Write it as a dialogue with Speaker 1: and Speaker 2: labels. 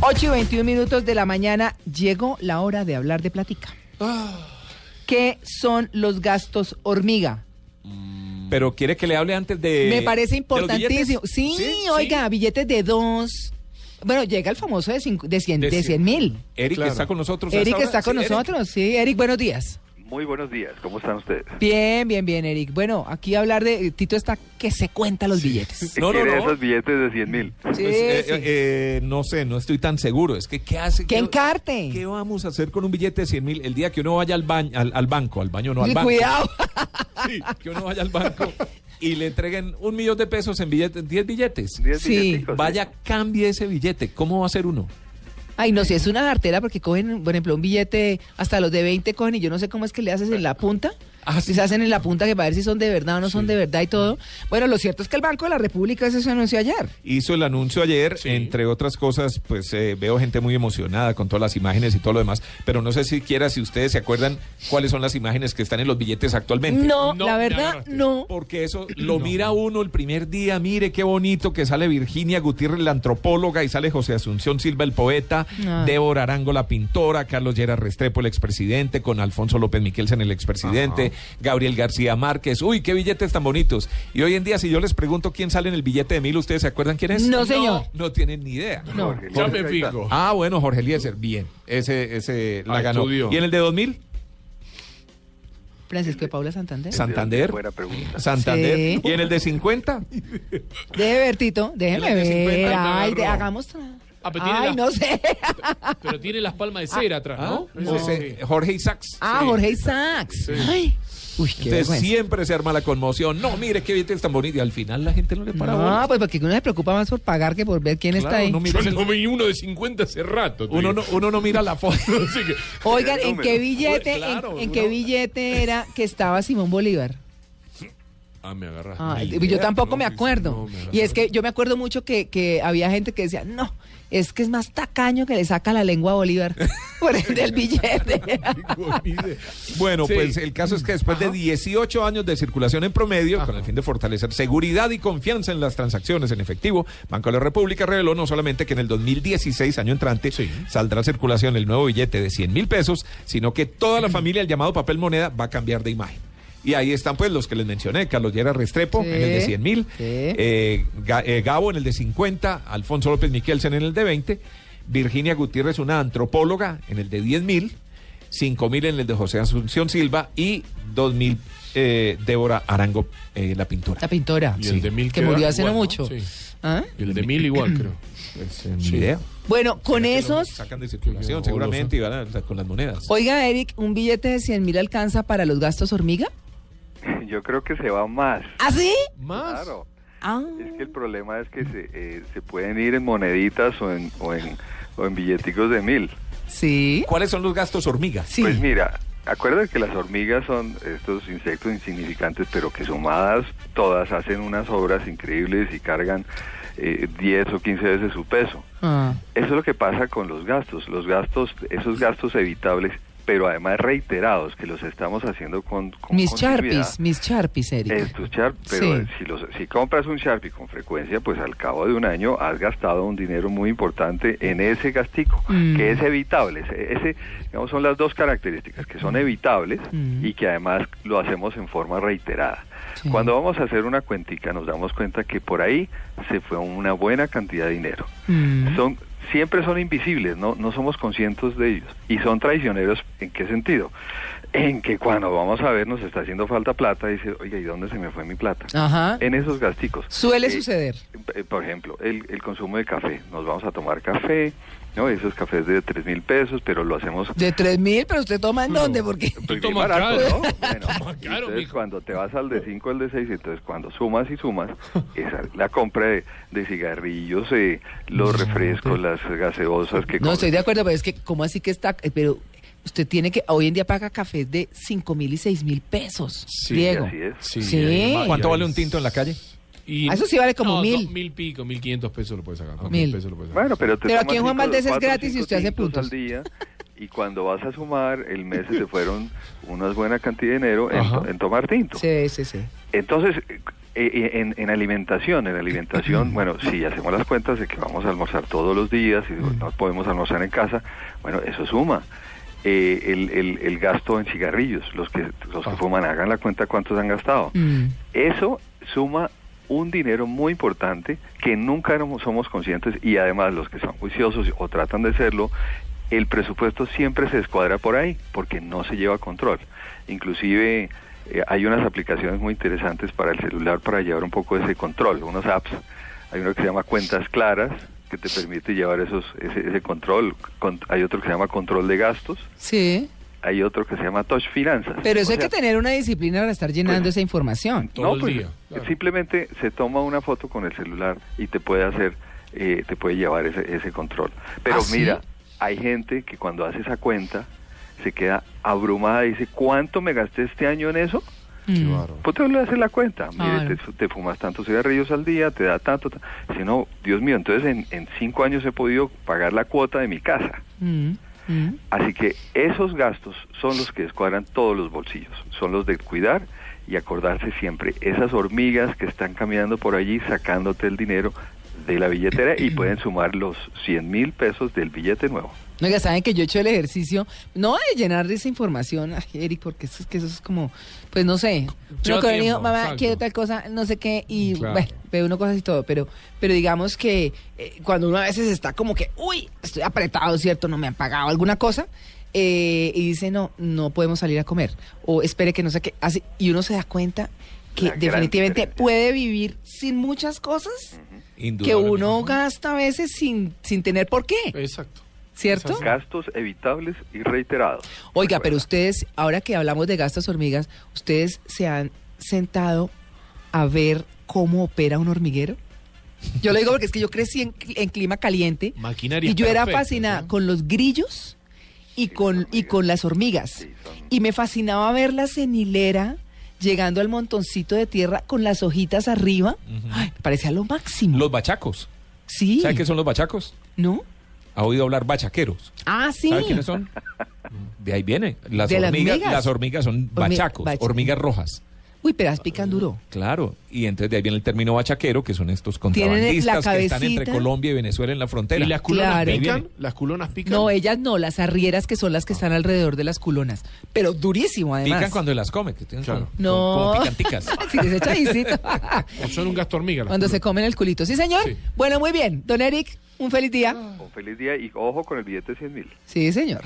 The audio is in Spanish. Speaker 1: 8 y 21 minutos de la mañana llegó la hora de hablar de platica.
Speaker 2: Ah.
Speaker 1: ¿Qué son los gastos hormiga?
Speaker 2: Pero quiere que le hable antes de.
Speaker 1: Me parece
Speaker 2: Eh, de los billetes.
Speaker 1: importantísimo. Sí, oiga, billetes de dos. Bueno, llega el famoso de, cinco- de, cien,
Speaker 2: De
Speaker 1: de
Speaker 2: cien.
Speaker 1: cien mil.
Speaker 2: Eric
Speaker 3: Claro.
Speaker 2: está con nosotros. a esta
Speaker 1: Eric
Speaker 2: hora.
Speaker 1: está con
Speaker 2: Sí, Eric.
Speaker 1: nosotros, sí. Eric, buenos días.
Speaker 4: Muy buenos días, ¿cómo están ustedes?
Speaker 1: Bien, bien, bien, Eric. Bueno, aquí hablar de... Tito está que se cuenta los billetes.
Speaker 4: ¿Qué
Speaker 2: No, no,
Speaker 4: quiere
Speaker 2: no.
Speaker 4: esos billetes de 100 mil?
Speaker 1: Sí,
Speaker 2: Pues, eh,
Speaker 1: sí.
Speaker 2: eh, eh, no sé, no estoy tan seguro. Es que, ¿qué hace?
Speaker 1: ¡Que
Speaker 2: ¿Qué-
Speaker 1: encarte!
Speaker 2: ¿Qué vamos a hacer con un billete de 100 mil el día que uno vaya al, baño, al, al banco? Al baño, no, al banco.
Speaker 1: Cuidado.
Speaker 2: Sí, que uno vaya al banco y le entreguen un millón de pesos en billetes, 10 billetes.
Speaker 4: 10
Speaker 1: Sí,
Speaker 4: billeticos,
Speaker 2: Vaya, cambie ese billete. ¿Cómo va a ser uno?
Speaker 1: Ay, no, si es una cartera porque cogen, por ejemplo, un billete hasta los de 20 cogen y yo no sé cómo es que le haces en la punta.
Speaker 2: Ah,
Speaker 1: Si
Speaker 2: sí.
Speaker 1: se hacen en la punta que para ver si son de verdad o no son de verdad y todo. Bueno, lo cierto es que el Banco de la República eso se anunció ayer.
Speaker 2: Hizo el anuncio ayer, entre otras cosas, pues eh, veo gente muy emocionada con todas las imágenes y todo lo demás, pero no sé siquiera si ustedes se acuerdan cuáles son las imágenes que están en los billetes actualmente.
Speaker 1: No,
Speaker 3: No,
Speaker 1: la
Speaker 3: me
Speaker 1: verdad,
Speaker 3: agarraste.
Speaker 1: no.
Speaker 2: Porque eso lo mira uno el primer día, mire qué bonito que sale Virginia Gutiérrez, la antropóloga, y sale José Asunción Silva, el poeta,
Speaker 1: Ah.
Speaker 2: Débora Arango, la pintora, Carlos Lleras Restrepo, el expresidente, con Alfonso López Miquelsen, el expresidente, Gabriel García Márquez. Uy, qué billetes tan bonitos. Y hoy en día, si yo les pregunto quién sale en el billete de mil, ¿ustedes se acuerdan quién es?
Speaker 1: No, señor.
Speaker 2: No, no tienen ni idea.
Speaker 4: sí.
Speaker 1: no.
Speaker 4: Jorge,
Speaker 3: Ya
Speaker 4: Jorge,
Speaker 3: me
Speaker 4: ahí está.
Speaker 3: fijo.
Speaker 2: Ah, bueno, Jorge Eliezer, bien. Ese, ese la
Speaker 3: Ah,
Speaker 2: ganó.
Speaker 3: estudió.
Speaker 2: ¿Y en el de 2000?
Speaker 1: Francisco de Paula Santander.
Speaker 2: Santander.
Speaker 4: Buena pregunta.
Speaker 2: Santander.
Speaker 1: Sí.
Speaker 2: ¿Y en el de 50?
Speaker 1: Debe ver, Tito, déjeme
Speaker 2: El de 50
Speaker 1: ver. Ay,
Speaker 3: me agarró.
Speaker 1: de- hagamos. tra-
Speaker 3: Ah, pero tiene
Speaker 1: Ay,
Speaker 3: la-
Speaker 1: no sé. Ah.
Speaker 3: Pero tiene las palmas de cera atrás,
Speaker 2: ¿Ah?
Speaker 3: ¿no?
Speaker 2: O sea, Jorge Isaacs.
Speaker 1: Ah, Jorge Isaacs. Ay. Uy, qué
Speaker 2: Entonces
Speaker 1: vergüenza.
Speaker 2: siempre se arma la conmoción. No, mire qué billetes tan bonitos. Y al final la gente no le para bolas.
Speaker 1: No, pues porque uno se preocupa más por pagar que por ver quién
Speaker 2: Claro,
Speaker 1: está ahí.
Speaker 2: no mira
Speaker 3: Yo
Speaker 2: el-
Speaker 3: no vi uno de 50 hace
Speaker 1: pues,
Speaker 3: rato. te
Speaker 2: uno, no,
Speaker 3: digo.
Speaker 2: uno no mira la foto.
Speaker 3: Así que-
Speaker 1: Oigan,
Speaker 4: El
Speaker 1: ¿en
Speaker 4: número.
Speaker 1: qué billete,
Speaker 2: Pues, claro,
Speaker 1: en, en qué
Speaker 2: uno-
Speaker 1: billete era que estaba Simón Bolívar?
Speaker 3: Ah, me agarraste.
Speaker 1: Ah,
Speaker 3: Ni
Speaker 1: yo
Speaker 3: idea,
Speaker 1: tampoco
Speaker 3: ¿no?
Speaker 1: me
Speaker 3: Sí, sí,
Speaker 1: acuerdo.
Speaker 3: no, me
Speaker 1: y es
Speaker 3: agarraste.
Speaker 1: que yo me acuerdo mucho que, que había gente que decía, no, es que es más tacaño que le saca la lengua a Bolívar por el del billete.
Speaker 2: Bueno,
Speaker 3: Sí.
Speaker 2: pues el caso es que después de 18 años de circulación en promedio, con el fin de fortalecer seguridad y confianza en las transacciones en efectivo, Banco de la República reveló no solamente que en el 2016, año entrante, saldrá a circulación el nuevo billete de 100 mil pesos, sino que toda la familia, el llamado papel moneda, va a cambiar de imagen. Y ahí están pues los que les mencioné, Carlos Lleras Restrepo
Speaker 1: Sí.
Speaker 2: en el de 100 mil,
Speaker 1: Sí.
Speaker 2: eh, Ga- eh, Gabo en el de 50, Alfonso López Miquelsen en el de 20, Virginia Gutiérrez, una antropóloga, en el de 10 mil, 5 mil en el de José Asunción Silva y 2 mil eh, Débora Arango, eh, la pintura.
Speaker 1: La pintora.
Speaker 3: Y el de mil
Speaker 1: que
Speaker 3: queda
Speaker 1: murió hace no
Speaker 3: igual,
Speaker 1: mucho.
Speaker 3: Sí.
Speaker 1: ¿Ah?
Speaker 3: Y el de mil igual, creo.
Speaker 2: Pues, eh, ni
Speaker 3: Sí.
Speaker 2: idea.
Speaker 1: Bueno, con
Speaker 2: Que lo
Speaker 1: esos,
Speaker 2: Sacan de circulación seguramente y van a- con las monedas.
Speaker 1: oiga Eric, ¿un billete de 100 mil alcanza para los gastos hormiga?
Speaker 4: Yo creo que se va más.
Speaker 1: ¿Ah, sí?
Speaker 2: Más.
Speaker 4: Claro.
Speaker 1: Ah.
Speaker 4: Es que el problema es que se, eh, se pueden ir en moneditas o en, o en, o en billeticos de mil.
Speaker 1: Sí.
Speaker 2: ¿Cuáles son los gastos hormigas?
Speaker 1: Sí.
Speaker 4: Pues mira, acuérdate que las hormigas son estos insectos insignificantes, pero que sumadas todas hacen unas obras increíbles y cargan eh, 10 o 15 veces su peso.
Speaker 1: Ah.
Speaker 4: Eso es lo que pasa con los gastos, los gastos, esos gastos evitables, pero además reiterados, que los estamos haciendo con, con
Speaker 1: Mis
Speaker 4: continuidad.
Speaker 1: Sharpies, mis Sharpies, Eric.
Speaker 4: Es tu Sharp, pero
Speaker 1: Sí.
Speaker 4: si, los- si compras un Sharpie con frecuencia, pues al cabo de un año has gastado un dinero muy importante en ese gastico,
Speaker 1: Mm.
Speaker 4: que es evitable. Ese, ese, digamos, son las dos características, que son evitables
Speaker 1: Mm.
Speaker 4: y que además lo hacemos en forma reiterada.
Speaker 1: Sí.
Speaker 4: Cuando vamos a hacer una cuentica nos damos cuenta que por ahí se fue una buena cantidad de dinero.
Speaker 1: Mm.
Speaker 4: Son, siempre son invisibles, ¿no? no somos conscientes de ellos. Y son traicioneros, ¿en qué sentido? En que cuando vamos a ver nos está haciendo falta plata, dice, oye, ¿y dónde se me fue mi plata?
Speaker 1: Ajá.
Speaker 4: En esos gasticos.
Speaker 1: Ah. Suele
Speaker 4: Eh,
Speaker 1: suceder.
Speaker 4: eh, Por ejemplo, el, el consumo de café. Nos vamos a tomar café, ¿no? Esos cafés de tres mil pesos, pero lo hacemos
Speaker 1: De 3 mil, pero usted toma en dónde, porque.
Speaker 4: pues,
Speaker 3: Tú
Speaker 4: bien
Speaker 3: tomas
Speaker 4: barato,
Speaker 3: caro.
Speaker 4: ¿no? Bueno,
Speaker 3: Tomas caro,
Speaker 4: entonces
Speaker 3: mijo.
Speaker 4: cuando te vas al de 5, al de 6, entonces cuando sumas y sumas, esa, la compra de, de cigarrillos, eh, los refrescos, las gaseosas que
Speaker 1: No,
Speaker 4: compras.
Speaker 1: estoy de acuerdo, pero es que, ¿cómo así que está? eh, Pero usted tiene que, hoy en día paga cafés de 5 mil y 6 mil pesos,
Speaker 3: Sí,
Speaker 1: Diego.
Speaker 4: así es.
Speaker 3: Sí.
Speaker 1: Sí.
Speaker 3: ahí va-
Speaker 2: ¿Cuánto
Speaker 3: ahí
Speaker 2: vale
Speaker 3: es-
Speaker 2: un tinto en la calle?
Speaker 3: Y-
Speaker 1: Ah, eso sí vale como
Speaker 3: No,
Speaker 1: mil.
Speaker 3: no, mil pico, mil quinientos pesos lo puedes sacar.
Speaker 1: Ah,
Speaker 3: ¿no? Mil
Speaker 1: mil.
Speaker 3: pesos lo puedes sacar.
Speaker 4: Bueno, pero te
Speaker 1: Pero aquí
Speaker 4: tomas
Speaker 1: en Juan
Speaker 4: cinco-
Speaker 1: Valdez es
Speaker 4: cuatro,
Speaker 1: gratis y
Speaker 4: cinco
Speaker 1: usted hace
Speaker 4: tintos
Speaker 1: puntos.
Speaker 4: al día y cuando vas a sumar el mes se te fueron una buena cantidad de dinero en,
Speaker 3: Ajá.
Speaker 4: to- en tomar tinto.
Speaker 1: Sí, sí, sí.
Speaker 4: Entonces, eh, eh, en, en alimentación, en alimentación, bueno, si hacemos las cuentas de que vamos a almorzar todos los días y no podemos almorzar en casa, bueno, eso suma. Eh, el, el- el gasto en cigarrillos, los que, los que fuman, hagan la cuenta cuántos han gastado.
Speaker 1: Mm.
Speaker 4: Eso suma un dinero muy importante que nunca éramos- somos conscientes y además los que son juiciosos o tratan de serlo, el presupuesto siempre se descuadra por ahí porque no se lleva control. Inclusive eh, hay unas aplicaciones muy interesantes para el celular para llevar un poco ese control, unos apps. Hay uno que se llama Cuentas Claras que te permite llevar esos, ese, ese control. Con- hay otro que se llama Control de Gastos.
Speaker 1: Sí.
Speaker 4: Hay otro que se llama Touch Finanzas.
Speaker 1: Pero eso
Speaker 4: O
Speaker 1: hay que
Speaker 4: sea,
Speaker 1: tener una disciplina para estar llenando
Speaker 4: pues,
Speaker 1: esa información.
Speaker 3: Todo el
Speaker 4: pues,
Speaker 3: día, claro.
Speaker 4: Simplemente se toma una foto con el celular y te puede hacer, eh, te puede llevar ese, ese control. Pero
Speaker 1: ¿Ah, sí?
Speaker 4: mira, hay gente que cuando hace esa cuenta se queda abrumada y dice, ¿cuánto me gasté este año en eso?
Speaker 1: Mm.
Speaker 4: Pues te vuelve a hacer la cuenta. Mire,
Speaker 1: Claro.
Speaker 4: te, fu- te fumas tantos cigarrillos al día, te da tanto. ta- Dice, no, Dios mío, entonces en, en cinco años he podido pagar la cuota de mi casa.
Speaker 1: Mm, mm.
Speaker 4: Así que esos gastos son los que descuadran todos los bolsillos, son los de cuidar y acordarse siempre. Esas hormigas que están caminando por allí sacándote el dinero de la billetera y pueden sumar los 100 mil pesos del billete nuevo.
Speaker 1: Oiga, saben que yo he hecho el ejercicio, no de llenar de esa información, ay, Eric, porque eso es que eso es como, pues no sé, uno
Speaker 3: Lleva
Speaker 1: que ha venido,
Speaker 3: tiempo,
Speaker 1: mamá,
Speaker 3: exacto. Mm,
Speaker 1: quiero tal cosa, no sé qué, y
Speaker 3: Claro.
Speaker 1: bueno, ve uno cosas y todo, pero, pero digamos que eh, cuando uno a veces está como que, uy, estoy apretado, ¿cierto? No me han pagado alguna cosa, eh, y dice, no, no podemos salir a comer, o espere que no sé qué, así, y uno se da cuenta que
Speaker 4: La gran
Speaker 1: definitivamente
Speaker 4: diferencia.
Speaker 1: puede vivir sin muchas cosas que
Speaker 2: Indudablemente.
Speaker 1: uno gasta a veces sin, sin tener por qué,
Speaker 3: Exacto.
Speaker 1: ¿cierto?
Speaker 3: así.
Speaker 4: Gastos evitables y reiterados.
Speaker 1: Oiga,
Speaker 4: Recuerda.
Speaker 1: pero ustedes, ahora que hablamos de gastos hormigas, ¿ustedes se han sentado a ver cómo opera un hormiguero? Yo lo digo porque es que yo crecí en, cli- en clima caliente
Speaker 3: Maquinaria.
Speaker 1: y yo era
Speaker 3: perfecta,
Speaker 1: fascinada
Speaker 3: ¿no?
Speaker 1: con los grillos y
Speaker 4: las
Speaker 1: con, y
Speaker 4: hormigas.
Speaker 1: con las hormigas.
Speaker 4: Sí, son-
Speaker 1: Y me fascinaba verlas en hilera, llegando al montoncito de tierra con las hojitas arriba. Ay, me parecía lo máximo.
Speaker 2: Los bachacos.
Speaker 1: sí.
Speaker 2: ¿Sabe qué son los bachacos?
Speaker 1: ¿No?
Speaker 2: Ha oído hablar bachaqueros.
Speaker 1: Ah, sí.
Speaker 2: ¿Sabe quiénes son? De ahí viene. Las,
Speaker 1: De las
Speaker 2: hormigas,
Speaker 1: hormigas.
Speaker 2: las hormigas son
Speaker 1: Hormi-
Speaker 2: bachacos,
Speaker 1: bacha-
Speaker 2: hormigas rojas.
Speaker 1: Uy, pero las
Speaker 2: Ah,
Speaker 1: pican duro.
Speaker 2: Claro, y entonces de ahí viene el término bachaquero, que son estos
Speaker 1: Tienen la
Speaker 2: contrabandistas que están entre
Speaker 1: cabecita.
Speaker 2: Colombia y Venezuela en la frontera.
Speaker 3: ¿Y las culonas
Speaker 1: Claro.
Speaker 3: pican? ¿Las culonas pican?
Speaker 1: No, ellas no, las arrieras que son las que están alrededor de las culonas. Pero durísimo, además.
Speaker 2: Ah. Pican cuando las come, que tienen
Speaker 3: Claro.
Speaker 2: como-
Speaker 1: No.
Speaker 2: como- como picanticas.
Speaker 1: Sí, les echa guisito.
Speaker 3: ¿O son un gasto hormiga? las
Speaker 1: cuando se
Speaker 3: culonas?
Speaker 1: comen el culito. Sí, señor.
Speaker 3: Sí.
Speaker 1: Bueno, muy bien. Don Eric, un feliz día.
Speaker 4: Un feliz día y ojo con el billete de 100 mil.
Speaker 1: Sí, señor.